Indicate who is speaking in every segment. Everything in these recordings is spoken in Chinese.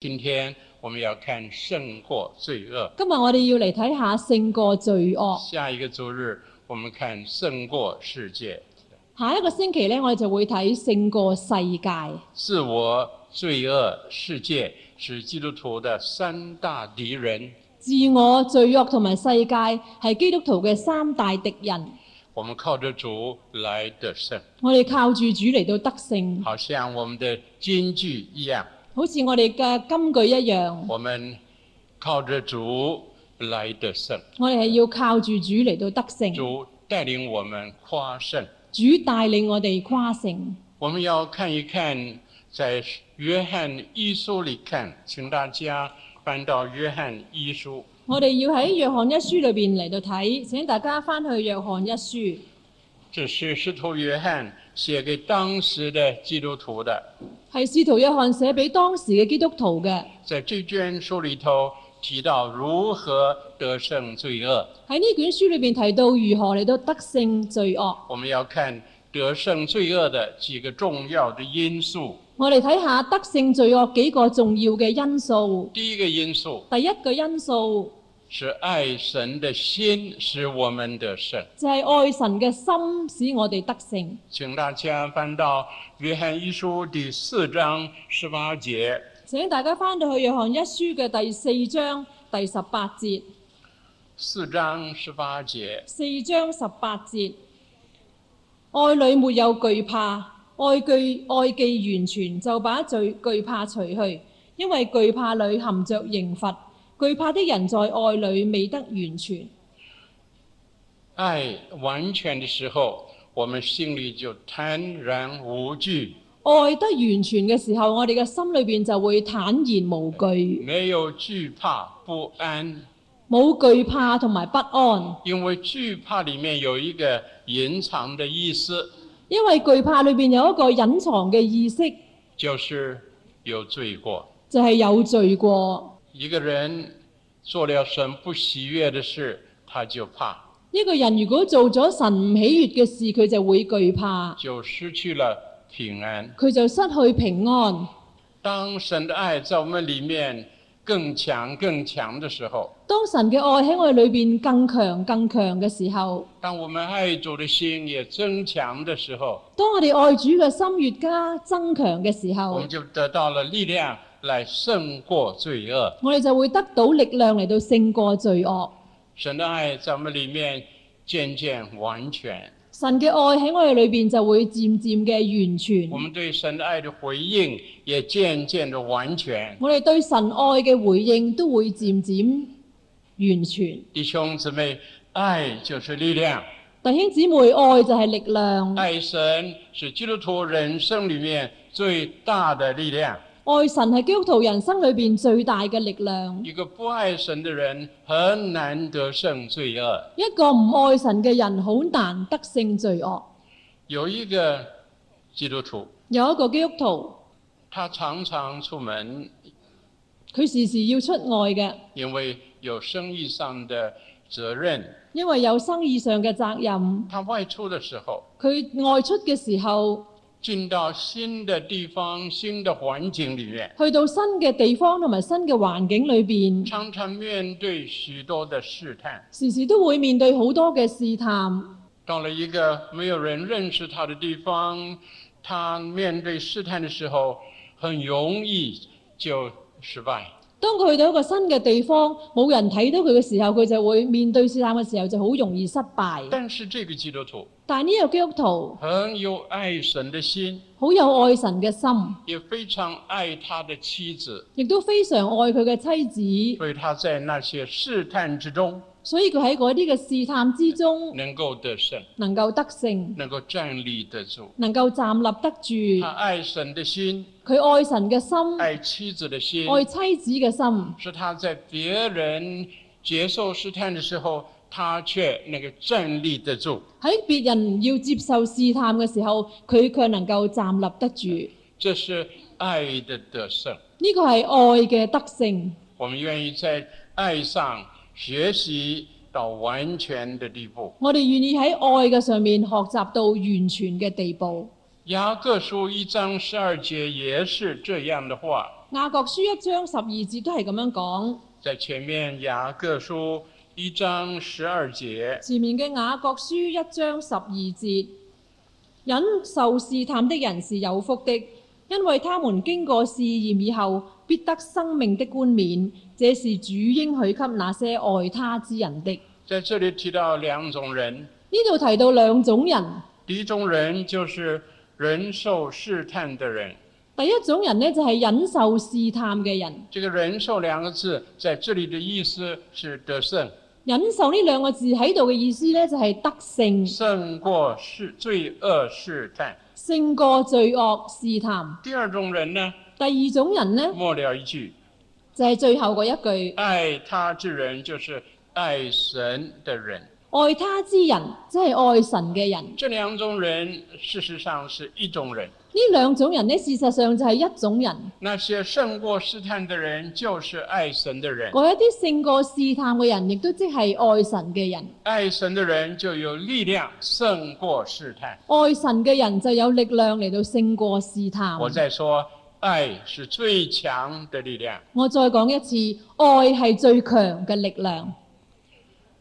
Speaker 1: 今天我们要看胜过罪恶，
Speaker 2: 今日我哋要嚟睇下勝過罪惡。
Speaker 1: 下一个周日我们看胜过世界。
Speaker 2: 下一個星期咧，我哋就會睇勝過世界。
Speaker 1: 自我、罪恶、世界是基督徒的三大敌人。
Speaker 2: 自我、罪惡同埋世界係基督徒嘅三大敵人。
Speaker 1: 我们靠着主来得胜，
Speaker 2: 我哋靠住主嚟到得勝，
Speaker 1: 好像我们的金句一样，
Speaker 2: 好似我哋嘅金句一樣。
Speaker 1: 我们靠着主来得胜。
Speaker 2: 我哋係要靠住主嚟到得勝，
Speaker 1: 主带领我们夸胜。
Speaker 2: 主帶領我哋跨勝。
Speaker 1: 我们要看一看，在约翰一书里看，请大家翻到约翰一书。
Speaker 2: 我哋要喺約翰一書裏邊嚟到睇，請大家翻去約翰一書。
Speaker 1: 这是使徒约翰写给当时的基督徒的。
Speaker 2: 係使徒約翰寫俾當時嘅基督徒嘅。
Speaker 1: 在这卷书里头提到如何得胜罪恶，
Speaker 2: 喺呢卷書裏邊提到如何嚟到得勝罪惡。
Speaker 1: 我们要看得胜罪恶的几个重要的因素。
Speaker 2: 我哋睇下德性罪惡幾個重要嘅因素。
Speaker 1: 第一个因素
Speaker 2: 第一個因素
Speaker 1: 是爱神的心使我们得胜。
Speaker 2: 就係愛神嘅心使我哋得勝。
Speaker 1: 请大家翻到约翰一书第四章十八节，
Speaker 2: 請大家翻到去約翰一書嘅第四章第十八節，
Speaker 1: 四章十八节，
Speaker 2: 四章十八節，愛裏沒有懼怕，愛既愛既完全，就把罪懼怕除去，因為懼怕裏含着刑罰，懼怕的人在愛裏未得完全。
Speaker 1: 爱完全的时候，我们心里就坦然无惧，
Speaker 2: 愛得完全嘅時候，我哋嘅心裏邊就會坦然無懼，
Speaker 1: 没有惧怕不安，
Speaker 2: 冇懼怕同埋不安，
Speaker 1: 因为惧怕里面有一个隐藏的意思，
Speaker 2: 因為懼怕裏邊有一個隱藏嘅意識，
Speaker 1: 就是有罪过。
Speaker 2: 就係、有罪過。
Speaker 1: 一个人做了神不喜悦的事，他就怕，
Speaker 2: 一個人如果做咗神唔喜悅嘅事，佢就會懼怕，
Speaker 1: 就失去了平安。
Speaker 2: 佢就失去平安。
Speaker 1: 当神的爱在我们里面更强更强的时候，
Speaker 2: 當神嘅愛喺我哋裏邊更強更強嘅時候，
Speaker 1: 当我们爱主的心也增强的时候，
Speaker 2: 當我哋愛主嘅心越加增強嘅時
Speaker 1: 我
Speaker 2: 候
Speaker 1: 们，就得到了力量来胜过罪恶。
Speaker 2: 我哋就會得到力量嚟到勝過罪惡。
Speaker 1: 神的爱在我们里面渐渐完全，
Speaker 2: 神嘅愛喺我哋裏邊就會漸漸嘅完全
Speaker 1: 我，们对神的爱的回应也渐渐的完全。
Speaker 2: 我哋對神愛嘅回應都會漸漸完全。
Speaker 1: 弟兄姊妹，爱就是力量，
Speaker 2: 弟兄姊妹，愛就係力量，
Speaker 1: 爱神是基督徒人生里面最大的力量。
Speaker 2: 愛神係基督徒人生裏邊最大嘅力量。
Speaker 1: 一个不爱神的人很难得胜罪恶。
Speaker 2: 一個唔愛神嘅人好難得勝罪惡。
Speaker 1: 有一个基督徒，
Speaker 2: 有一個基督徒，
Speaker 1: 他常常出门，
Speaker 2: 佢時時要出外嘅，
Speaker 1: 因为有生意上的责任，
Speaker 2: 因為有生意上嘅責任。
Speaker 1: 他外出的时候。
Speaker 2: 佢外出嘅時候，
Speaker 1: 进到新的地方、新的环境里面，
Speaker 2: 去到新嘅地方同埋新嘅環境裏邊，
Speaker 1: 常常面對许多的试探。
Speaker 2: 時時都會面對好多嘅試探。
Speaker 1: 到了一个没有人认识他的地方，他面对试探的时候，很容易就失败。
Speaker 2: 當佢去到一個新嘅地方，冇人睇到佢嘅時候，佢就會面對試探嘅時候就好容易失敗。
Speaker 1: 但是这个基督徒
Speaker 2: 但呢個基督徒
Speaker 1: 很有爱神的心，
Speaker 2: 好有愛神嘅心，
Speaker 1: 也非常爱他的妻子，
Speaker 2: 亦都非常愛佢嘅妻子，
Speaker 1: 所以他在那些试探之中
Speaker 2: 所以佢喺嗰啲嘅試探之中
Speaker 1: 能够得胜，
Speaker 2: 能夠得勝，
Speaker 1: 能够站立得住。
Speaker 2: 能夠站立得
Speaker 1: 他
Speaker 2: 住。
Speaker 1: 爱神的心，
Speaker 2: 佢愛神嘅心，
Speaker 1: 爱妻子的心，
Speaker 2: 愛妻子嘅心，
Speaker 1: 是他在别人接受试探的时候，他却能够站立得住。
Speaker 2: 喺別人要接受試探嘅時候，佢卻能夠站立得住。
Speaker 1: 这是爱的得胜。
Speaker 2: 呢個係愛嘅德性。
Speaker 1: 我们愿意在爱上学习到完全的地步。
Speaker 2: 我哋願意喺愛嘅上面學習到完全嘅地步。
Speaker 1: 雅各书一章十二节也是这样的话：
Speaker 2: 雅各書一章十二節都係咁樣講。
Speaker 1: 在前面雅各书一章十二节，
Speaker 2: 前面嘅雅各書一章十二節，忍受試探的人是有福的，因為他們經過試驗以後，必得生命的冠冕。這是主應許給那些愛他之人的。
Speaker 1: 在这里提到两种人，
Speaker 2: 呢度提到兩種人，
Speaker 1: 第一种人就是人受试探的人。
Speaker 2: 第一種人呢，就係、忍受試探嘅人。
Speaker 1: 这个“人受”两个字在这里的意思是得胜，
Speaker 2: 忍受呢兩個字喺度嘅意思呢，就係、得勝，
Speaker 1: 胜过试罪恶试探。
Speaker 2: 勝過罪惡試探。
Speaker 1: 第二种人呢，
Speaker 2: 第二種人呢，
Speaker 1: 末了一句，
Speaker 2: 就係、最後嗰一句，
Speaker 1: 爱他之人就是爱神的人。
Speaker 2: 愛他之人，即係愛神嘅人。
Speaker 1: 这两种人事实上是一种人。
Speaker 2: 呢兩種人呢，事實上就係一種人。
Speaker 1: 那些胜过试探的人，就是愛神的人。
Speaker 2: 嗰一啲勝過試探嘅人，亦都即係愛神嘅人。
Speaker 1: 愛神的人就有力量胜过试探。
Speaker 2: 愛神嘅人就有力量嚟到勝過試探。
Speaker 1: 我再说，愛是最强的力量。
Speaker 2: 我再講一次，愛係最強嘅力量。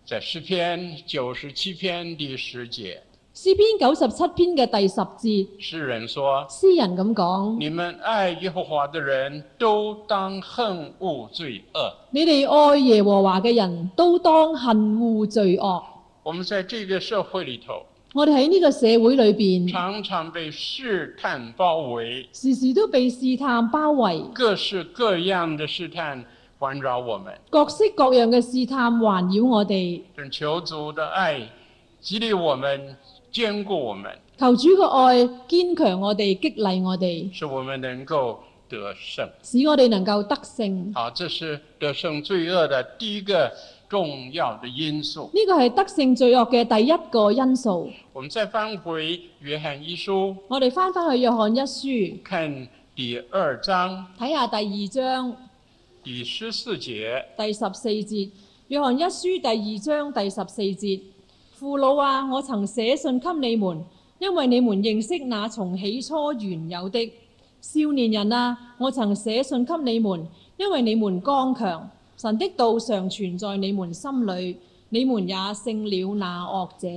Speaker 1: 在诗篇九十七篇第十节，
Speaker 2: 詩篇九十七篇嘅第十節，
Speaker 1: 诗人说
Speaker 2: 詩人咁：“講：
Speaker 1: 你们爱耶和華的人都当恨恶罪恶。
Speaker 2: 你哋愛耶和華嘅人都當恨惡罪惡。”
Speaker 1: 我们在这个社会里头，
Speaker 2: 我哋喺呢個社會裏邊，
Speaker 1: 常常被试探包围，
Speaker 2: 時時都被試探包圍，
Speaker 1: 各式各样的试探环绕我们。
Speaker 2: 各式各樣嘅試探環繞我哋。
Speaker 1: 但求主的爱激励我们，坚固我们，
Speaker 2: 求主嘅愛堅強我哋，激勵我哋，
Speaker 1: 使我们能够得胜。
Speaker 2: 使我哋能夠得勝。呢
Speaker 1: 好，这是得胜罪恶的第一个重要的因素。
Speaker 2: 個係得勝罪惡嘅第一個因素。
Speaker 1: 我们再翻回约翰一书，
Speaker 2: 我哋翻返去約翰一書，
Speaker 1: 看第二章
Speaker 2: 睇下第二章
Speaker 1: 第十四节，
Speaker 2: 第十四節。約翰一書第二章第十四節：父老啊，我曾寫信給你們，因為你們認識那從起初原有的。少年人啊，我曾寫信給你們，因為你們剛強，神的道常存在你們心裏，你們也勝了那惡者。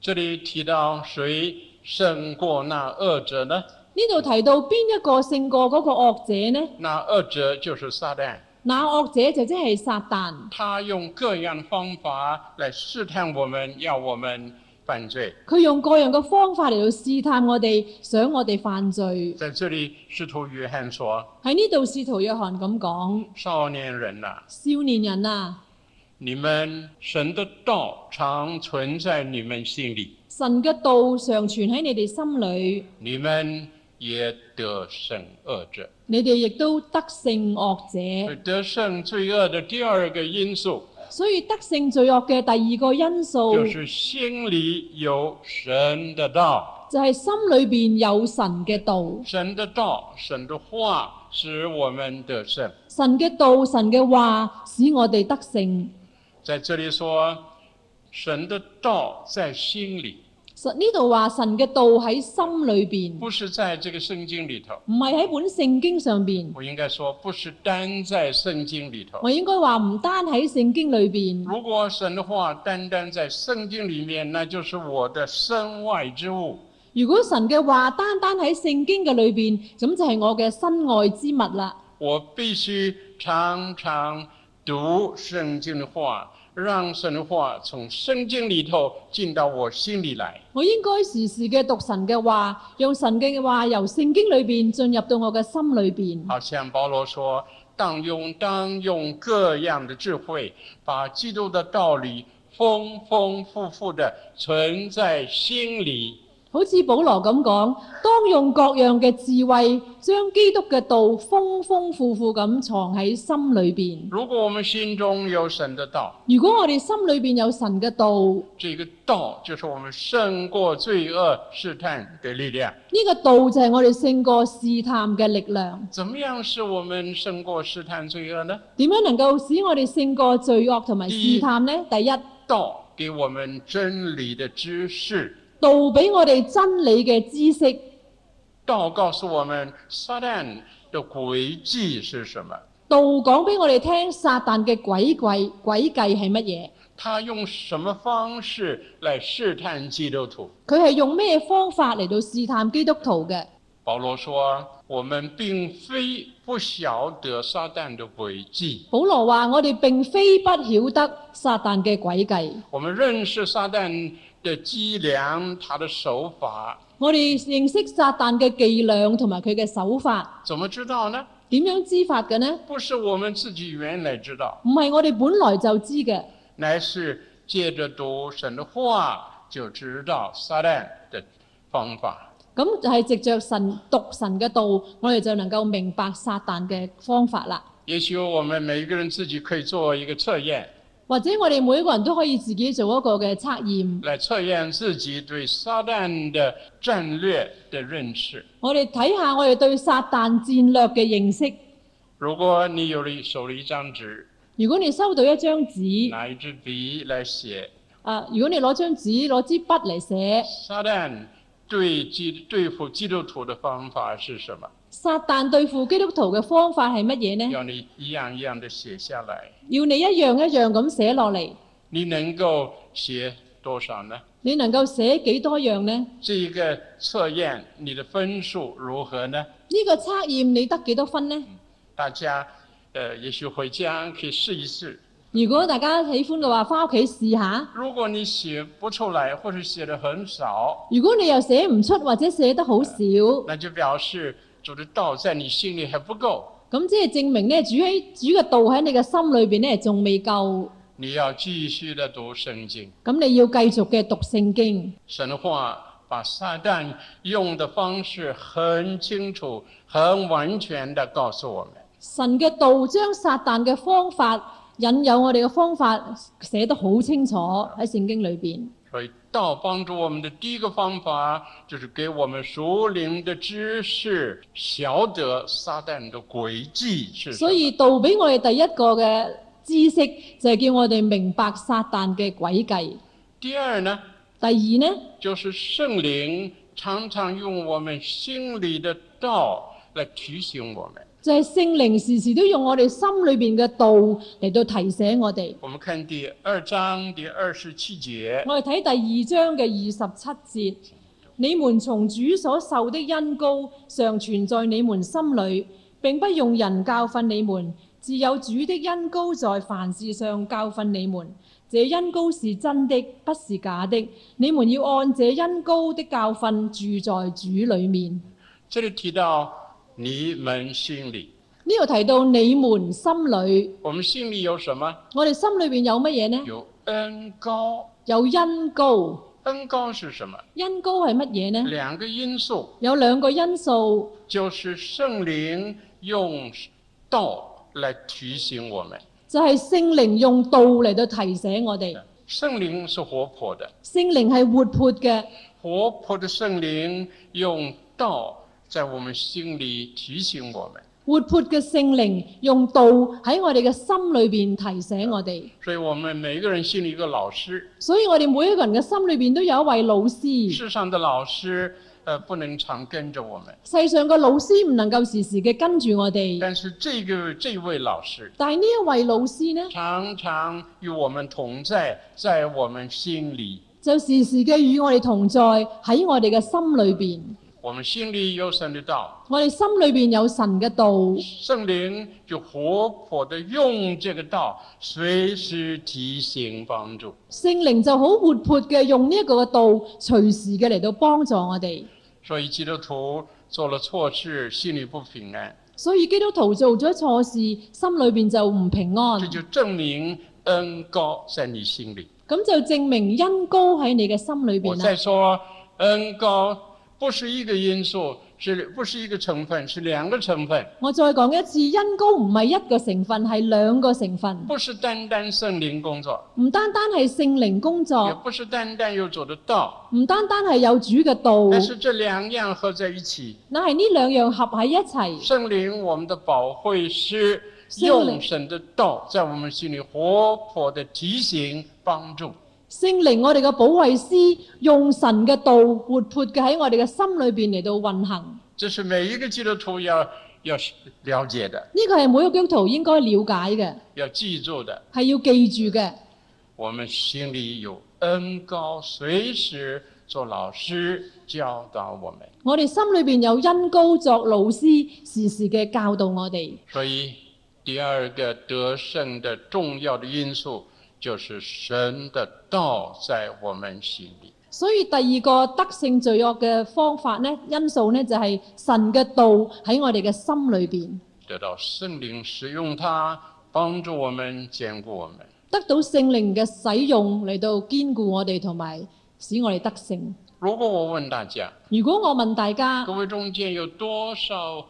Speaker 1: 这里提到谁胜过那恶者呢？
Speaker 2: 呢度提到邊一個勝過嗰個惡者呢？
Speaker 1: 那恶者就是撒旦，
Speaker 2: 那惡者就即係撒旦，
Speaker 1: 他用各样的方法来试探我们，要我们犯罪。
Speaker 2: 佢用各樣嘅方法嚟到試探我哋，想我哋犯罪。
Speaker 1: 在这里，使徒约翰说
Speaker 2: 喺呢度，使徒約翰咁講：：“
Speaker 1: 少年人呐、
Speaker 2: 少年人啊，
Speaker 1: 你们神的道常存在你们心里，
Speaker 2: 神嘅道常存喺你哋心裏，
Speaker 1: 你们也得胜恶者。
Speaker 2: 你哋亦都得勝惡者。
Speaker 1: 哎得胜罪恶的第二个因素
Speaker 2: 所以得勝罪惡嘅第二個因素
Speaker 1: 就是心里有神的道，
Speaker 2: 就係心裏邊有神嘅道，
Speaker 1: 神的道、神的话使我们得胜。
Speaker 2: 神嘅道、神嘅話使我哋得勝。
Speaker 1: 在这里说，神的道在心里，
Speaker 2: 實呢度話神嘅道喺心裏邊，
Speaker 1: 不是在这个圣经里头。
Speaker 2: 唔係喺本聖經上邊。
Speaker 1: 我应该说，不是单在圣经里头。
Speaker 2: 我應該話唔單喺聖經裏邊，
Speaker 1: 如果神的话单单在圣经里面，那就是我的身外之物，
Speaker 2: 如果神嘅話單單喺聖經嘅裏邊，咁就係我嘅身外之物啦。
Speaker 1: 我必须常常读圣经的话，让神的话从圣经里头进到我心里来。
Speaker 2: 我應該時時嘅讀神嘅話，讓神嘅話由聖經裏邊進入到我嘅心裏邊。
Speaker 1: 好像保罗说：“当用当用各样的智慧，把基督的道理丰丰富富的存在心里。”
Speaker 2: 好似保羅咁講，當用各樣嘅智慧，將基督嘅道豐豐富富咁藏喺心裏邊。
Speaker 1: 如果我们心中有神的道，
Speaker 2: 如果我哋心裏邊有神嘅道，呢、
Speaker 1: 这个道就是我们胜过罪恶试探的力量。
Speaker 2: 個道就係我哋勝過試探嘅力量。
Speaker 1: 怎么样使我们胜过试探罪恶呢？
Speaker 2: 點樣能夠使我哋勝過罪惡同埋試探呢？第一，
Speaker 1: 道给我们真理的知识，
Speaker 2: 道俾我哋真理嘅知識，
Speaker 1: 道告诉我们撒旦的轨迹是什么？
Speaker 2: 道講俾我哋聽，撒旦嘅詭計詭計係乜嘢？
Speaker 1: 他用什么方式来试探基督徒？
Speaker 2: 佢係用咩方法嚟到試探基督徒嘅？
Speaker 1: 保罗说：“我们并非不晓得撒旦的诡计，
Speaker 2: 保羅話：我哋並非不曉得撒旦嘅詭計，
Speaker 1: 我们认识撒旦的伎俩，他的手法，
Speaker 2: 我哋認識撒旦嘅伎倆同埋佢嘅手法，
Speaker 1: 怎么知道呢？
Speaker 2: 點樣知法嘅呢？
Speaker 1: 不是我们自己原来知道，
Speaker 2: 唔係我哋本來就知嘅，
Speaker 1: 乃是借着读神的话就知道撒旦的方法。
Speaker 2: 咁就係藉着神讀神嘅道，我哋就能夠明白撒旦嘅方法啦。
Speaker 1: 也许我们每一个人自己可以做一个测验，
Speaker 2: 或者我哋每一個人都可以自己做一個嘅測驗，
Speaker 1: 来测验自己对撒旦的战略的认识。
Speaker 2: 我哋睇下我哋對撒旦戰略嘅認識。
Speaker 1: 如果你有了手里一张纸，
Speaker 2: 如果你收到一張紙，
Speaker 1: 拿一支笔来写
Speaker 2: 啊，如果你攞張紙攞支筆嚟寫，
Speaker 1: 撒旦对基对付基督徒的方法是什么？
Speaker 2: 撒旦對付基督徒嘅方法係乜嘢呢？
Speaker 1: 要你一样一样的写下来。
Speaker 2: 要你一樣一樣咁寫落嚟，
Speaker 1: 你能够写多少呢？
Speaker 2: 你能夠寫幾多樣呢？呢、
Speaker 1: 这一个测验你的分数如何呢？
Speaker 2: 個測驗你得幾多分呢？
Speaker 1: 大家呃，也许回家可以试一试。
Speaker 2: 如果大家喜歡嘅話，翻屋企試下。
Speaker 1: 如果你写不出来，或者写的很少，
Speaker 2: 如果你又寫唔出或者寫得好少，咁
Speaker 1: 那就表示主的道在你心里还不够。
Speaker 2: 即係證明呢，主喺主嘅道喺你嘅心裏邊呢，仲未夠。
Speaker 1: 你要继续的读圣经，
Speaker 2: 咁你要繼續嘅讀聖經，
Speaker 1: 神的话把撒旦用的方式很清楚、很完全的告诉我们。
Speaker 2: 神嘅道將撒旦嘅方法引誘我哋嘅方法寫得好清楚喺聖經裏邊。
Speaker 1: 所以道帮助我们的第一个方法，就是给我们熟灵的知识，晓得撒旦的诡计是什
Speaker 2: 所
Speaker 1: 么。
Speaker 2: 以道俾我哋第一個嘅知識就係叫我哋明白撒旦嘅詭計。
Speaker 1: 第二呢，
Speaker 2: 第二呢，
Speaker 1: 就是圣灵常常用我们心里的道来提醒我们。
Speaker 2: 就係、聖靈時時都用我哋心裏邊嘅道嚟到提醒我哋。
Speaker 1: 我们看第二章第二十七节，
Speaker 2: 我哋睇第二章嘅二十七節，你們從主所受的恩高常存在你們心裏，並不用人教訓你們，自有主的恩高在凡事上教訓你們。這恩高是真的，不是假的。你們要按這恩高的教訓住在主裏面。
Speaker 1: 这里提到你们心里，
Speaker 2: 呢度提到你們心裏，
Speaker 1: 我们心里有什么？
Speaker 2: 我哋心裏邊有乜嘢呢？
Speaker 1: 有恩高，
Speaker 2: 有恩高，
Speaker 1: 恩高是什么？
Speaker 2: 恩高係乜嘢呢？
Speaker 1: 两个因素。
Speaker 2: 有兩個因素。
Speaker 1: 就是圣灵用道来提醒我们。
Speaker 2: 就係聖靈用道嚟到提醒我哋，
Speaker 1: 圣灵是活泼的，
Speaker 2: 聖靈係活潑嘅，
Speaker 1: 活泼的圣灵用道在我们心里提醒我们。
Speaker 2: 活潑嘅聖靈用道喺我哋嘅心裏邊提醒我哋。
Speaker 1: 所以，我们每一个人心里有个老师，
Speaker 2: 所以我哋每一個人嘅心裏邊都有一位老師，
Speaker 1: 世上的老师，呃，不能常跟着我们，
Speaker 2: 世上嘅老師唔能夠時時嘅跟住我哋，
Speaker 1: 但是这个这位老师
Speaker 2: 但係呢一位老師呢，
Speaker 1: 常常与我们同在，在我们心里。
Speaker 2: 就時時嘅與我哋同在喺我哋嘅心裏邊。
Speaker 1: 我们心里有神的道，
Speaker 2: 我哋心裏邊有神嘅道，
Speaker 1: 圣灵就活泼的用这个道，随时提醒帮助。
Speaker 2: 聖靈就好活潑嘅用呢一個嘅道，隨時嘅嚟到幫助我哋。
Speaker 1: 所以基督徒做了错事，心里不平安，
Speaker 2: 所以基督徒做咗錯事，心裏邊就唔平安
Speaker 1: 这，就证明恩高在你心里。
Speaker 2: 咁就證明恩高喺你嘅心裏
Speaker 1: 我
Speaker 2: 邊
Speaker 1: 再
Speaker 2: 啦。
Speaker 1: 说，恩高不是一个因素，是不是一个成分，是两个成分，
Speaker 2: 我再講一次，恩高唔係一個成分，係兩個成分，
Speaker 1: 不是單單圣灵工作，
Speaker 2: 唔單單係聖靈工
Speaker 1: 也
Speaker 2: 作，
Speaker 1: 不是單單有主的道，
Speaker 2: 唔單單係有主嘅道，
Speaker 1: 但是这两样合在一起，
Speaker 2: 那係呢兩樣合喺一齊。
Speaker 1: 圣灵，我们的保惠师，
Speaker 2: 圣灵
Speaker 1: 用神的道在我们心里活泼的提醒帮助。
Speaker 2: 聖靈我哋嘅保惠師用神嘅道活潑嘅喺我哋嘅心裏邊嚟到運行，
Speaker 1: 这是每一个基督徒要要了解的，
Speaker 2: 呢個係每個基督徒應該了解嘅，
Speaker 1: 要记住的。
Speaker 2: 係要記住嘅。
Speaker 1: 我们心里有恩高，随时做老师教导我们。
Speaker 2: 我哋心裏邊有恩高作老師，時時嘅教導我哋。
Speaker 1: 所以，第二个得胜的重要的因素就是神的道在我们心里。
Speaker 2: 所以第二個得勝罪惡嘅方法呢，因素呢，就係、神嘅道喺我哋嘅心裏邊，
Speaker 1: 得到圣灵使用它，帮助我们，坚固我们。
Speaker 2: 得到聖靈嘅使用嚟到堅固我哋，同埋使我哋得勝。
Speaker 1: 如果我问大家，
Speaker 2: 如果我問大家
Speaker 1: 各，位中间有多少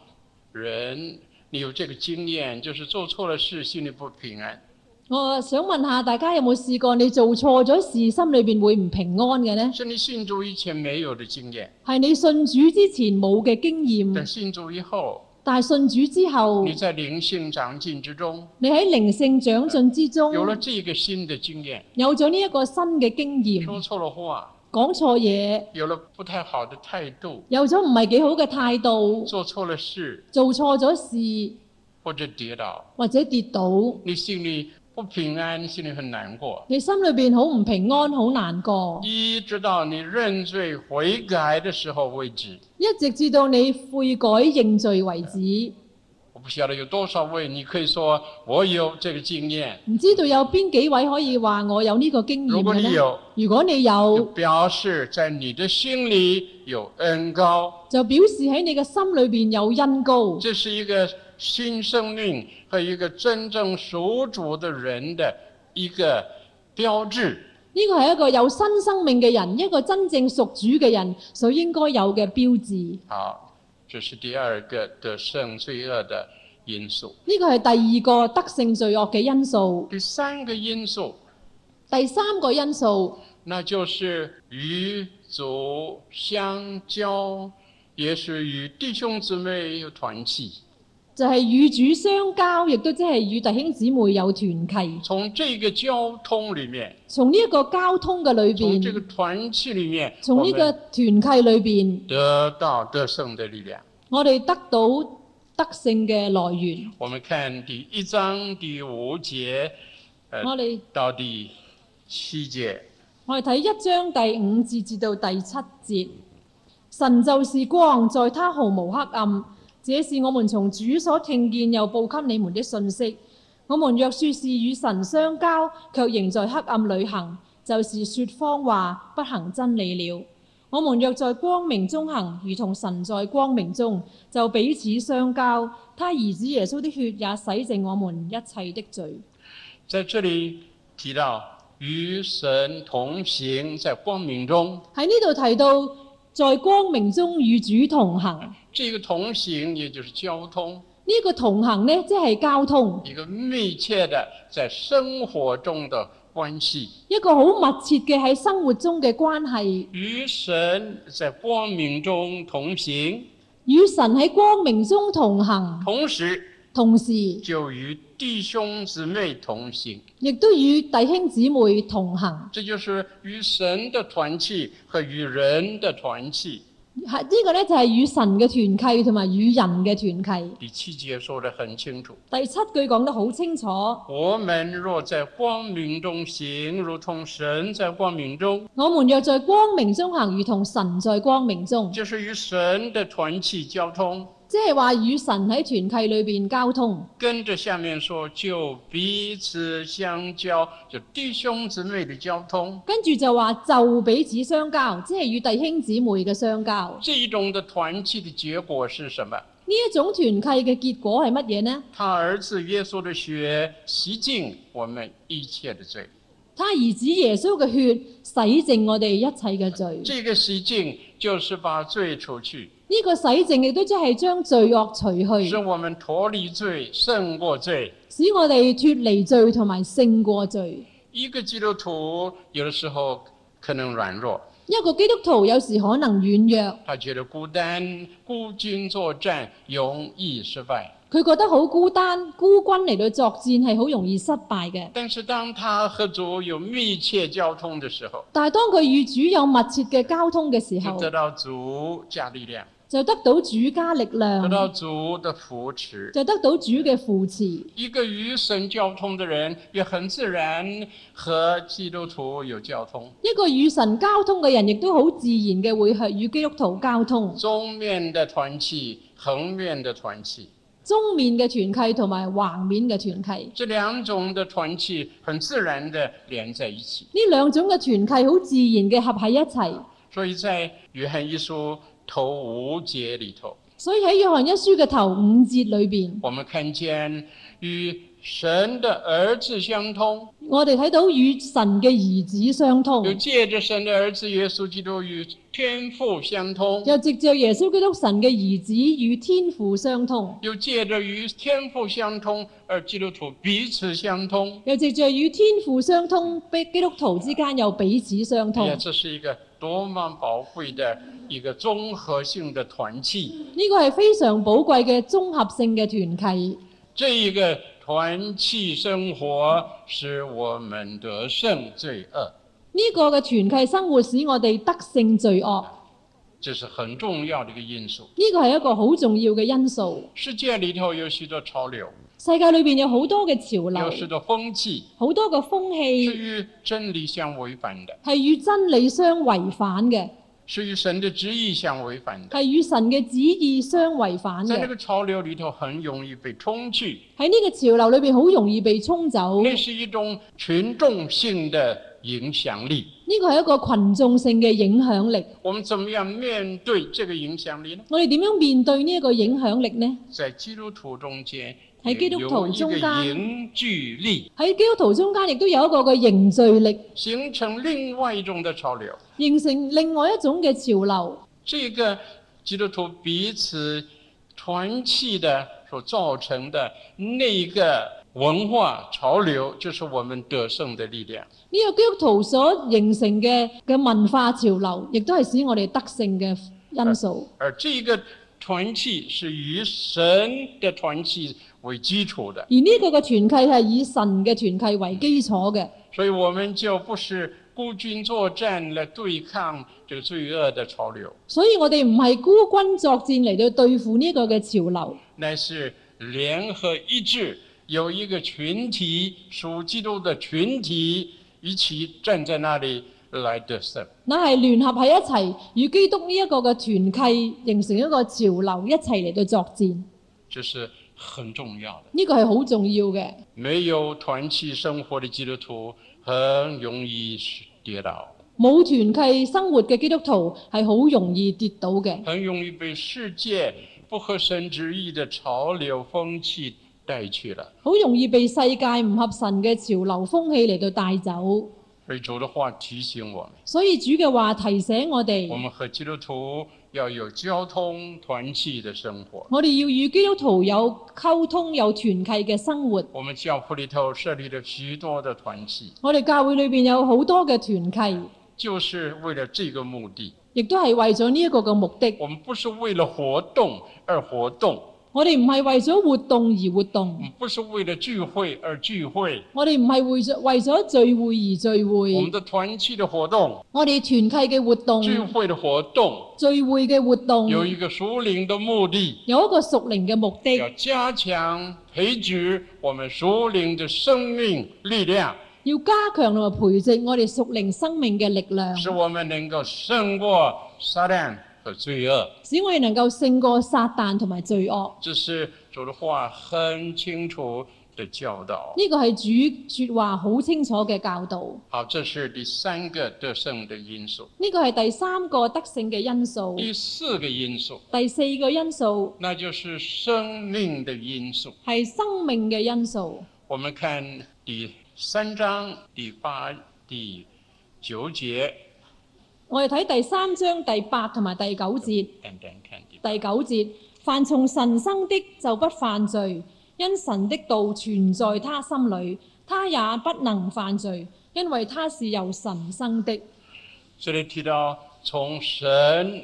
Speaker 1: 人你有这个经验，就是做错了事心里不平安？
Speaker 2: 我想問下大家有冇試過你做錯咗事，心裏邊會唔平安嘅呢？
Speaker 1: 是你信主以前没有的经验，
Speaker 2: 係你信主之前冇嘅經
Speaker 1: 但
Speaker 2: 驗，
Speaker 1: 信主以后，
Speaker 2: 但係信主之後，
Speaker 1: 你在灵性长进之中
Speaker 2: 你喺靈性長進之中，
Speaker 1: 有了这个新的经验，
Speaker 2: 有咗呢一個新嘅經
Speaker 1: 说
Speaker 2: 驗，
Speaker 1: 错了话，
Speaker 2: 講錯嘢，
Speaker 1: 有了不太好的态度，
Speaker 2: 有咗唔係幾好嘅態度，
Speaker 1: 做错了事
Speaker 2: 做錯咗事
Speaker 1: 或者跌倒，
Speaker 2: 或者跌倒，
Speaker 1: 你心里不平安，心里很难过。
Speaker 2: 你心裏邊好唔平安，好難過，
Speaker 1: 一直到你认罪悔改的时候为止。
Speaker 2: 一直至到你悔改認罪為止。
Speaker 1: 我不晓得有多少位，你可以说我有这个经验，
Speaker 2: 唔知道有邊幾位可以話我有呢個經驗
Speaker 1: 如果
Speaker 2: 嘅
Speaker 1: 你
Speaker 2: 呢？
Speaker 1: 有，
Speaker 2: 如果你
Speaker 1: 就
Speaker 2: 嗯有，
Speaker 1: 表示在你的心里有恩高，
Speaker 2: 就表示喺你嘅心裏邊有恩高。
Speaker 1: 这是一个新生命和一个真正属主的人的一个标志。
Speaker 2: 呢個係一個有新生命嘅人，一個真正屬主嘅人所應該有嘅標誌。
Speaker 1: 好，这是第二个得胜罪恶的因素。
Speaker 2: 呢個係第二個得勝罪惡嘅因素。
Speaker 1: 第三个因素，
Speaker 2: 第三個因素
Speaker 1: 那就是与主相交，也是与弟兄姊妹有团契。
Speaker 2: 就係與主相交，亦都即係與弟兄姊妹有團契。
Speaker 1: 从这个交通里面，
Speaker 2: 從呢一個交通嘅裏
Speaker 1: 从这个
Speaker 2: 邊，
Speaker 1: 团契里面，
Speaker 2: 從呢個
Speaker 1: 我们
Speaker 2: 團契裏邊，
Speaker 1: 得到得胜的力量。
Speaker 2: 我哋得到得勝嘅來源。
Speaker 1: 我们看第一章第五节，呃，
Speaker 2: 我哋
Speaker 1: 到第七节，
Speaker 2: 我哋睇一章第五節至到第七節，神就是光，在他毫無黑暗。這是我們從主所聽見又報給你們的信息。我們若說是與神相交，卻仍在黑暗裏行，就是說謊話，不行真理了。我們若在光明中行，如同神在光明中，就彼此相交。他兒子耶穌的血也洗淨我們一切的罪。
Speaker 1: 在这里提到与神同行，在光明中，
Speaker 2: 喺呢度提到，在光明中與主同行。
Speaker 1: 这个同行也就是交通，
Speaker 2: 呢個同行呢，即係交通，
Speaker 1: 一个密切的在生活中的关系，
Speaker 2: 一個好密切嘅喺生活中嘅關係，
Speaker 1: 与神在光明中同行，
Speaker 2: 與神喺光明中同行，
Speaker 1: 同时
Speaker 2: 同時
Speaker 1: 就与弟兄姊妹同行，
Speaker 2: 亦都與弟兄姊妹同行。
Speaker 1: 这就是与神的团契和与人的团契。
Speaker 2: 係呢、個呢，就係與神嘅團契同埋與人嘅團契。
Speaker 1: 第七节说得很清楚：
Speaker 2: 第七句講得好清楚，
Speaker 1: 我们若在光明中行，如同神在光明中，
Speaker 2: 我們若在光明中行，如同神在光明中，
Speaker 1: 就是与神的团契交通。
Speaker 2: 即係話與神喺團契裏邊交通。
Speaker 1: 跟着下面说，就彼此相交，就弟兄姊妹的交通。
Speaker 2: 跟住就話就彼此相交，即係與弟兄姊妹嘅相交。
Speaker 1: 这一种的团契的结果是什么？
Speaker 2: 呢一種團契嘅結果係乜嘢呢？
Speaker 1: 他儿子耶稣的血洗净我们一切的罪。
Speaker 2: 他兒子耶穌嘅血洗淨我哋一切嘅罪，呢、
Speaker 1: 这个洗净就是把罪除去，
Speaker 2: 個洗淨亦都即係將罪惡除去
Speaker 1: 使，我们脱离罪、胜过罪。
Speaker 2: 使我哋脱離罪同埋勝過罪。
Speaker 1: 一个基督徒有的时候可能软弱，
Speaker 2: 一個基督徒有時可能軟弱，
Speaker 1: 他觉得孤单、孤军作战，容易失败。
Speaker 2: 佢覺得好孤單、孤軍嚟到作戰係好容易失敗嘅。
Speaker 1: 但是当他和主有密切交通的时候，
Speaker 2: 但係當佢與主有密切嘅交通嘅時
Speaker 1: 就
Speaker 2: 候，
Speaker 1: 得到主加力量，
Speaker 2: 就得到主家力
Speaker 1: 得到
Speaker 2: 量，
Speaker 1: 主的扶持。
Speaker 2: 就得到主嘅扶持。
Speaker 1: 一个与神交通的人，也很自然和基督徒有交通。
Speaker 2: 一個與神交通嘅人，亦都好自然嘅會係與基督徒交通。
Speaker 1: 中面的团契，横面的团契，
Speaker 2: 中面嘅團契同埋橫面嘅團契，
Speaker 1: 这两种的团契很自然的连在一起。
Speaker 2: 呢兩種嘅團契好自然嘅合喺一齊。
Speaker 1: 所以在约翰一书头五节里头，
Speaker 2: 所以喺約翰一書嘅頭五節裏邊，
Speaker 1: 我们看见与神的儿子相通，
Speaker 2: 我哋睇到與神嘅兒子相通
Speaker 1: 又，借着神的儿子耶稣基督与天父相通，
Speaker 2: 又藉着耶穌基督神嘅兒子與天父相通，
Speaker 1: 又借着与天父相通而基督徒彼此相通。
Speaker 2: 又藉着與天父相通，俾基督徒之間又彼此相
Speaker 1: 哎
Speaker 2: 通。
Speaker 1: 呀，
Speaker 2: 呢
Speaker 1: 这是一个多么宝贵的一个综合性的团契！
Speaker 2: 個係非常寶貴嘅綜合性嘅團契。
Speaker 1: 这一个团契生活使我们得胜罪恶，
Speaker 2: 呢、個嘅團契生活使我哋得勝罪惡，呢、
Speaker 1: 这是很重要的一个因素。
Speaker 2: 個係一個好重要嘅因素。
Speaker 1: 世界里头有许多潮流，
Speaker 2: 世界裏邊有好多嘅潮
Speaker 1: 有许
Speaker 2: 流，
Speaker 1: 多风气
Speaker 2: 好多嘅風
Speaker 1: 是
Speaker 2: 氣
Speaker 1: 与真理相违反的，
Speaker 2: 係與真理相違反嘅，
Speaker 1: 是与神的旨意相违反的。
Speaker 2: 係與神嘅旨意相違反
Speaker 1: 在那
Speaker 2: 嘅。
Speaker 1: 个潮流里头，很容易被冲去，
Speaker 2: 喺呢個潮流裏邊，好容易被沖走。
Speaker 1: 那是一种群众性的影响力。
Speaker 2: 呢個係一個群眾性嘅影響力。
Speaker 1: 我们怎么样面对这个影响力呢？
Speaker 2: 我哋點樣面對呢一個影響力呢？
Speaker 1: 在基督徒中间
Speaker 2: 喺基督徒中間
Speaker 1: 有一个凝聚力，
Speaker 2: 喺基督徒中間亦都有一個嘅凝聚力，
Speaker 1: 形成另外一种的潮流。
Speaker 2: 形成另外一種嘅潮流。
Speaker 1: 这个基督徒彼此团契的所造成的那个文化潮流，就是我们得胜的力量。
Speaker 2: 呢、個基督徒所形成嘅嘅文化潮流，亦都係使我哋得勝嘅因素。
Speaker 1: 而这个团契是以神的团契为基础的，
Speaker 2: 而呢個嘅團契係以神嘅團契為基礎嘅，
Speaker 1: 所以我们就不是孤军作战来对抗这个罪恶的潮流，
Speaker 2: 所以我哋唔係孤軍作戰嚟到對付呢個嘅潮流，
Speaker 1: 乃是联合一致，有一个群体属基督的群体一起站在那里来得胜。
Speaker 2: 乃係聯合喺一齊與基督呢一個嘅團契形成一個潮流，一齊嚟到作戰。
Speaker 1: 这是很重要的。
Speaker 2: 呢個係好重要嘅。
Speaker 1: 没有团契生活的基督徒很容易跌倒，
Speaker 2: 冇團契生活嘅基督徒係好容易跌倒嘅，
Speaker 1: 很容易被世界不合神旨意的潮流风气带去了。
Speaker 2: 好容易被世界唔合神嘅潮流風氣嚟到帶走。
Speaker 1: 所以主的话提醒我们，
Speaker 2: 所以主嘅話提醒我
Speaker 1: 我
Speaker 2: 哋，
Speaker 1: 们和基督徒要有交通团契的生活。
Speaker 2: 我哋要與基督徒有溝通、有團契嘅生活。
Speaker 1: 我们教会里头设立了许多的团契，
Speaker 2: 我哋教會裏邊有好多嘅團契，
Speaker 1: 就是为了这个目的。
Speaker 2: 亦都係為咗呢一個嘅目的。
Speaker 1: 我们不是为了活动而活动，
Speaker 2: 我哋唔係為咗活動而活
Speaker 1: 我
Speaker 2: 動，
Speaker 1: 们不是为了聚会而聚会。
Speaker 2: 我哋唔係為咗為咗聚會而聚
Speaker 1: 我们
Speaker 2: 會。
Speaker 1: 的團契的活動、
Speaker 2: 我哋團契嘅活動、
Speaker 1: 聚
Speaker 2: 聚
Speaker 1: 會的活動，
Speaker 2: 會嘅活動，
Speaker 1: 有一個屬靈的目的，
Speaker 2: 有一個屬靈嘅目的。
Speaker 1: 要加強培植我們屬靈的生命力量，
Speaker 2: 要加強同埋培植我哋屬靈生命嘅力量，
Speaker 1: 使我們能夠勝過撒旦和罪惡。
Speaker 2: 使我哋能夠勝過撒旦同埋罪惡。
Speaker 1: 这是主的话很清楚的教導。
Speaker 2: 呢個係主説話好清楚嘅教導。
Speaker 1: 好，這是第三個得勝的因素。
Speaker 2: 呢個係第三個得勝嘅因素。
Speaker 1: 第四個因素，
Speaker 2: 第四個因素
Speaker 1: 那就是生命的因素。
Speaker 2: 係生命嘅因素。
Speaker 1: 我们看第三章第八、第九节，
Speaker 2: 我哋睇第三章第八同埋第九節。
Speaker 1: 等等看第八。
Speaker 2: 第九節：凡從神生的就不犯罪，因神的道存在他心裏，他也不能犯罪，因為他是由神生的。
Speaker 1: 这里提到从神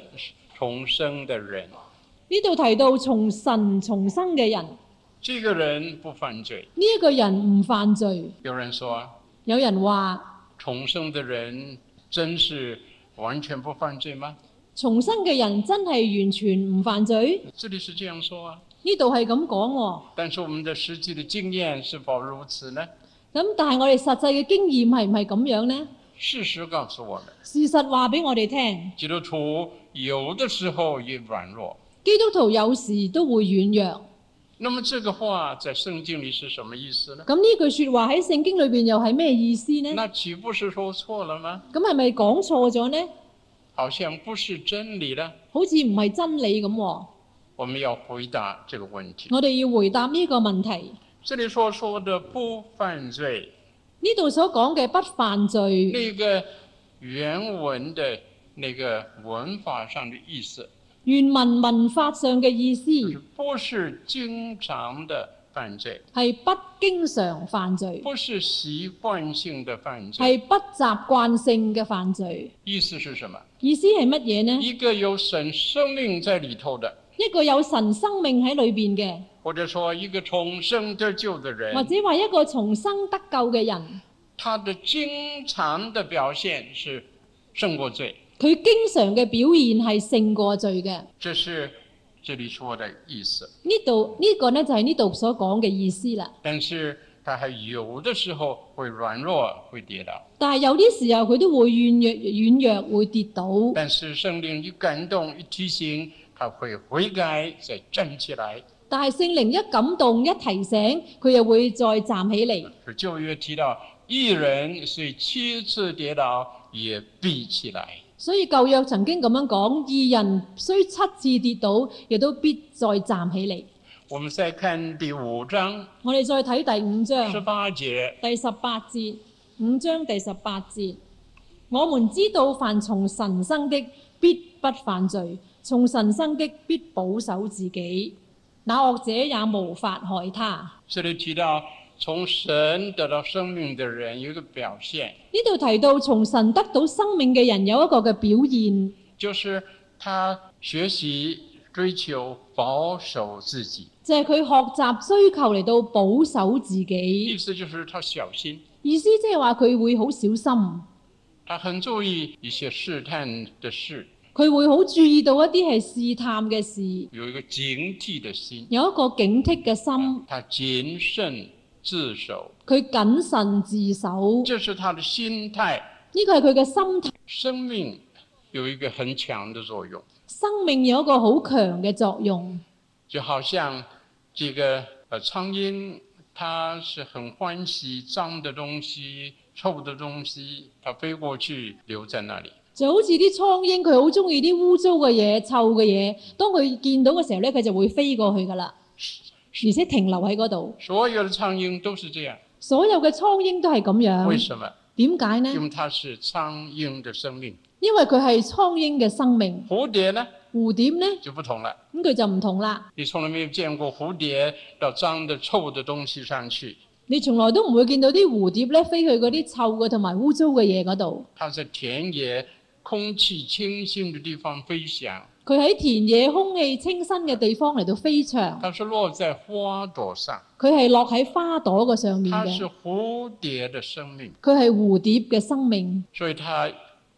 Speaker 1: 重生的人，
Speaker 2: 呢度提到從神重生嘅人，呢、
Speaker 1: 这个人不犯罪。
Speaker 2: 一個人唔犯罪。
Speaker 1: 有人说，
Speaker 2: 有人話
Speaker 1: 重生的人真是完全不犯罪吗？
Speaker 2: 重生嘅人真係完全唔犯罪？
Speaker 1: 这里是这样说啊，
Speaker 2: 呢度係咁講喎。
Speaker 1: 但是我们的实际的经验是否如此呢？
Speaker 2: 咁但係我哋實際嘅經驗係唔係咁樣呢？
Speaker 1: 事实告诉我们，
Speaker 2: 事實話俾我哋聽，
Speaker 1: 基督徒有的时候也软弱。
Speaker 2: 基督徒有時都會軟弱。
Speaker 1: 那么这个话在圣经里是什么意思呢？
Speaker 2: 咁呢句説話喺聖經裏邊又係咩意思呢？
Speaker 1: 那岂不是说错了吗？
Speaker 2: 咁係咪講錯咗呢？
Speaker 1: 好像不是真理呢？
Speaker 2: 好似唔係真理咁喎。
Speaker 1: 我们要回答这个问题。
Speaker 2: 我哋要回答呢個問題。
Speaker 1: 这里所说的不犯罪，
Speaker 2: 呢度所講嘅不犯罪，
Speaker 1: 那个原文的那个文法上的意思，
Speaker 2: 原文文法上嘅意思
Speaker 1: 就是不是经常的犯罪，
Speaker 2: 係不經常犯罪，
Speaker 1: 不是习惯性的犯罪。
Speaker 2: 係不習慣性嘅犯罪。
Speaker 1: 意思是什么？
Speaker 2: 意思係乜嘢呢？
Speaker 1: 一个有神生命在里头的，
Speaker 2: 一個有神生命喺裏邊嘅，
Speaker 1: 或者说一个重生得救的人
Speaker 2: 或，者話一個重生得救嘅人，
Speaker 1: 他的经常的表现是胜过罪，
Speaker 2: 佢經常嘅表現係勝過罪嘅。
Speaker 1: 这是这里说的意思。
Speaker 2: 呢度呢個呢，就係呢度所講嘅意思啦。
Speaker 1: 但是他还有的时候会软弱，会跌倒。
Speaker 2: 但係有啲時候佢都會軟弱、軟弱會跌倒，
Speaker 1: 但是圣灵一感动、一提醒，他会悔改，再站起来。
Speaker 2: 但係聖靈一感動、一提醒，佢又會再站起嚟。
Speaker 1: 是旧约提到，一人虽七次跌倒，也必起来。
Speaker 2: 所以舊約曾經咁樣講：二人雖七次跌倒，亦都必再站起嚟。
Speaker 1: 我们再看第五章
Speaker 2: 我哋再睇第五
Speaker 1: 十
Speaker 2: 章
Speaker 1: 八节，
Speaker 2: 第十八節，五章第十八節。我們知道凡從神生的必不犯罪，從神生的必保守自己，那惡者也無法害他。
Speaker 1: 这里提到从神得到生命的人有一个表现，
Speaker 2: 呢度提到從神得到生命嘅人有一個嘅表現，
Speaker 1: 就是他学习追求保守自己，
Speaker 2: 就係佢學習追求嚟到保守自己
Speaker 1: 意。思就是他小心。
Speaker 2: 意思即係話佢會好小心，
Speaker 1: 他很注意一些试探的事，
Speaker 2: 佢會好注意到一啲係試探嘅事，
Speaker 1: 有一个警惕的心，
Speaker 2: 有一個警惕嘅心，
Speaker 1: 他谨慎自守，
Speaker 2: 佢謹慎自守。
Speaker 1: 这是他的心态。
Speaker 2: 呢個係佢嘅心態。
Speaker 1: 生命有一个很强的作用，
Speaker 2: 生命有一個好強嘅作用，
Speaker 1: 就好像这个呃苍蝇，它是很欢喜脏的东西、臭的东西，它飞过去留在那里。
Speaker 2: 就好似啲蒼蠅，佢好中意啲污糟嘅嘢、臭嘅嘢。當佢見到嘅時候呢，佢就會飛過去噶啦，而且停留喺嗰度。
Speaker 1: 所有的苍蝇都是这样，
Speaker 2: 所有嘅蒼蠅都係咁
Speaker 1: 为
Speaker 2: 樣，
Speaker 1: 什么？
Speaker 2: 點解
Speaker 1: 因
Speaker 2: 呢？
Speaker 1: 为它是苍蝇的生命。
Speaker 2: 因為佢係蒼蠅嘅生命，
Speaker 1: 蝴蝶呢
Speaker 2: 蝴蝶呢，
Speaker 1: 就不同了。
Speaker 2: 咁佢就唔同啦。
Speaker 1: 你从来没有见过蝴蝶到脏的、臭的东西上去，
Speaker 2: 你從來都唔會見到啲蝴蝶呢飛去嗰啲臭嘅同埋污糟嘅嘢嗰度，
Speaker 1: 它在田野、空气清新的地方飞翔，
Speaker 2: 佢喺田野空氣清新嘅地方嚟到飛翔，
Speaker 1: 它是落在花朵上，
Speaker 2: 佢係落喺花朵嘅上面
Speaker 1: 它是
Speaker 2: 嘅，
Speaker 1: 蝴蝶的生命，
Speaker 2: 佢係蝴蝶嘅生命，
Speaker 1: 所以它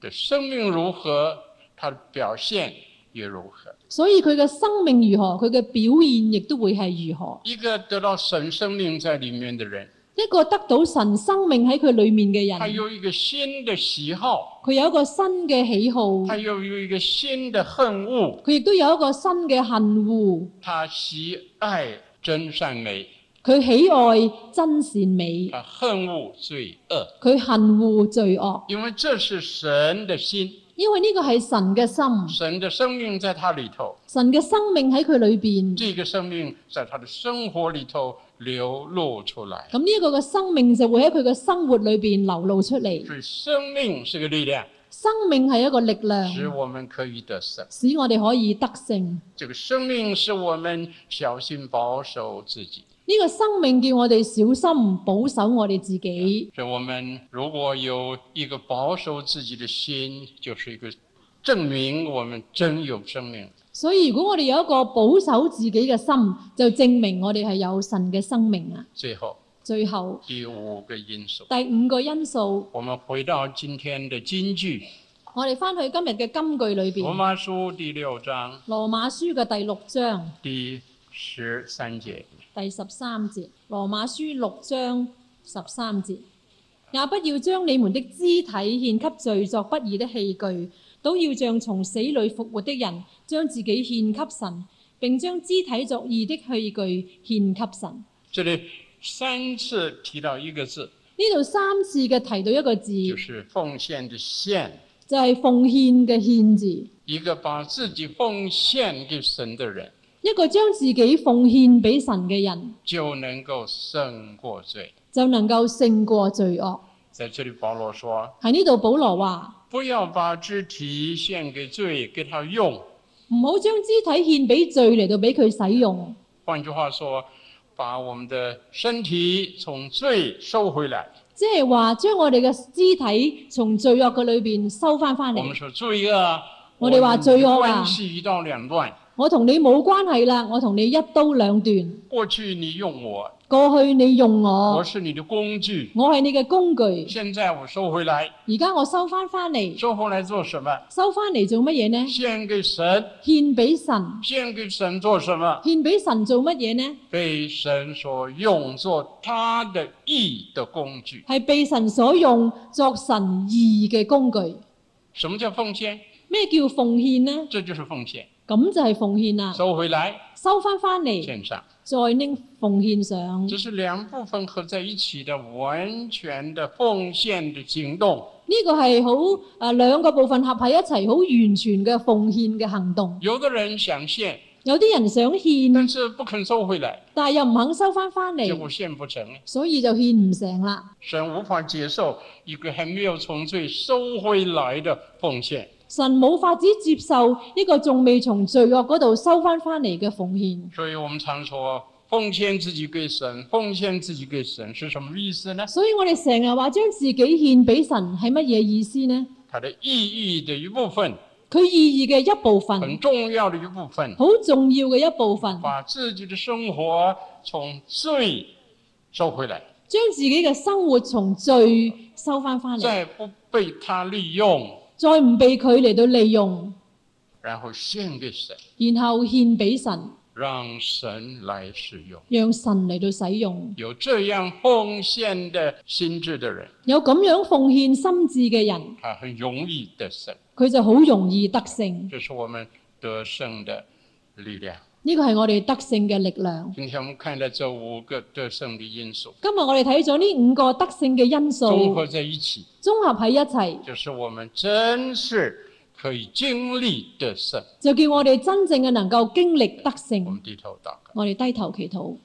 Speaker 1: 的生命如何，它的表现也如何。
Speaker 2: 所以佢嘅生命如何，佢嘅表現亦都會係如何。
Speaker 1: 一个得到神生命在里面的人，
Speaker 2: 一個得到神生命喺佢裡面嘅
Speaker 1: 他
Speaker 2: 人，
Speaker 1: 有一个新的喜好，
Speaker 2: 佢有一個新嘅喜好。
Speaker 1: 他又有一个新的恨恶，
Speaker 2: 佢亦都有一個新嘅恨惡，
Speaker 1: 他喜爱真善美，
Speaker 2: 佢喜愛真善美，
Speaker 1: 他恨恶罪恶。
Speaker 2: 佢恨惡罪惡，
Speaker 1: 因为这是神的心，
Speaker 2: 因為呢個係神嘅心，
Speaker 1: 神的生命在他里头，
Speaker 2: 神嘅生命喺佢裏邊。
Speaker 1: 这个生命在他的生活里头流露出来。
Speaker 2: 咁呢一個嘅生命就會喺佢嘅生活裏邊流露出嚟。
Speaker 1: 所以，生命是个力量，
Speaker 2: 生命係一個力量，
Speaker 1: 使我们可以得胜。
Speaker 2: 使我哋可以得勝。呢、
Speaker 1: 这个生命使我们小心保守自己。
Speaker 2: 個生命叫我哋小心保守我哋自己。
Speaker 1: 所以，我们如果有一个保守自己的心，就是一个证明我们真有生命。
Speaker 2: 所以如果我哋有一個保守自己嘅心，就證明我哋係有神嘅生命啊。
Speaker 1: 最后，
Speaker 2: 最後
Speaker 1: 第五个因素，
Speaker 2: 第五個因素。
Speaker 1: 我们回到今天的金句，
Speaker 2: 我哋翻去今日嘅金句裏
Speaker 1: 罗
Speaker 2: 邊，
Speaker 1: 马书第六章
Speaker 2: 羅馬書嘅第六章
Speaker 1: 第十三节，
Speaker 2: 第十三節，羅馬書六章十三節，也不要將你們的肢體獻給罪作不義的器具，都要像從死裏復活的人，將自己獻給神，並將肢體作義的器具獻給神。
Speaker 1: 这里三次提到一个字，
Speaker 2: 呢度三次嘅提到一個字，
Speaker 1: 就是奉献的献。
Speaker 2: 就係奉獻嘅獻字，
Speaker 1: 一个把自己奉献给神的人，
Speaker 2: 一個將自己奉獻俾神嘅人，
Speaker 1: 就能够胜过罪。
Speaker 2: 就能夠勝過罪惡。
Speaker 1: 在这里，保罗说
Speaker 2: 喺呢度，保羅話：：“
Speaker 1: 不要把肢体献给罪，给他用。
Speaker 2: 唔好將肢體獻俾罪嚟到俾佢使用。”
Speaker 1: 换句话说，把我们的身体从罪收回来。
Speaker 2: 即係話將我哋嘅肢體從罪惡嘅裏邊收翻翻
Speaker 1: 我们
Speaker 2: 嚟。
Speaker 1: 说罪恶啊，
Speaker 2: 嗯我哋话罪恶啊
Speaker 1: 我们关系一刀两断。
Speaker 2: 我同你冇關係啦，我同你一刀兩斷。
Speaker 1: 过去你用我，
Speaker 2: 過去你用
Speaker 1: 我
Speaker 2: 我，
Speaker 1: 是你的工具，
Speaker 2: 我係你嘅工具，
Speaker 1: 现在我收回来，
Speaker 2: 而家我收翻翻嚟，
Speaker 1: 收回来做什么？
Speaker 2: 收翻嚟做乜嘢呢？
Speaker 1: 献给神，
Speaker 2: 獻俾神，
Speaker 1: 献给神做什么？
Speaker 2: 獻俾神做乜嘢呢？
Speaker 1: 被神所用作他的义的工具。
Speaker 2: 係被神所用作神義嘅工具。
Speaker 1: 什么叫奉献？
Speaker 2: 咩叫奉獻呢？
Speaker 1: 这就是奉献，
Speaker 2: 咁就係奉獻啦，
Speaker 1: 收回来
Speaker 2: 收翻翻嚟
Speaker 1: 献上，
Speaker 2: 再拎奉獻上。
Speaker 1: 这是两部分合在一起的完全的奉献的行动。
Speaker 2: 呢個係好啊兩個部分合喺一齊，好完全嘅奉獻嘅行動。
Speaker 1: 有的人想献，
Speaker 2: 有啲人想獻，
Speaker 1: 但是不肯收回来，
Speaker 2: 但係又唔肯收翻翻
Speaker 1: 结果
Speaker 2: 嚟，
Speaker 1: 献不成，
Speaker 2: 所以就獻唔成啦。
Speaker 1: 神无法接受一个还没有从罪收回来的奉献。
Speaker 2: 神冇法子接受一個仲未從罪惡嗰度收翻翻嚟嘅奉獻，
Speaker 1: 所以我们常说，奉献自己给神，奉献自己给神是什么意思呢？
Speaker 2: 所以我哋成日話將自己獻俾神係乜嘢意思呢？
Speaker 1: 它的意义的一部分，
Speaker 2: 佢意義嘅一部分，
Speaker 1: 很重要的一部分。
Speaker 2: 好重要嘅一部分，
Speaker 1: 把自己的生活从罪收回来，
Speaker 2: 將自己嘅生活從罪收翻翻嚟，
Speaker 1: 再不被他利用，
Speaker 2: 再唔被佢嚟到利用，
Speaker 1: 然后献给神，
Speaker 2: 然後獻俾神。
Speaker 1: 让神来使用。
Speaker 2: 讓神嚟到使用。
Speaker 1: 有这样奉献的心智的人，
Speaker 2: 有咁樣奉獻心智嘅人，
Speaker 1: 他很容易得胜，
Speaker 2: 佢就好容易得勝。
Speaker 1: 这是我们得胜的力量。
Speaker 2: 呢個係我哋得勝嘅力量。
Speaker 1: 今天我们看到这五个得胜的因素
Speaker 2: 今日我哋睇咗呢五個得勝嘅因素，
Speaker 1: 综合在一起，
Speaker 2: 綜合喺一齊，
Speaker 1: 就是我们真是可以经历得胜。
Speaker 2: 就叫我哋真正嘅能夠經歷得
Speaker 1: 我
Speaker 2: 勝。
Speaker 1: 嗯们低头祷告。
Speaker 2: 我哋低頭祈禱。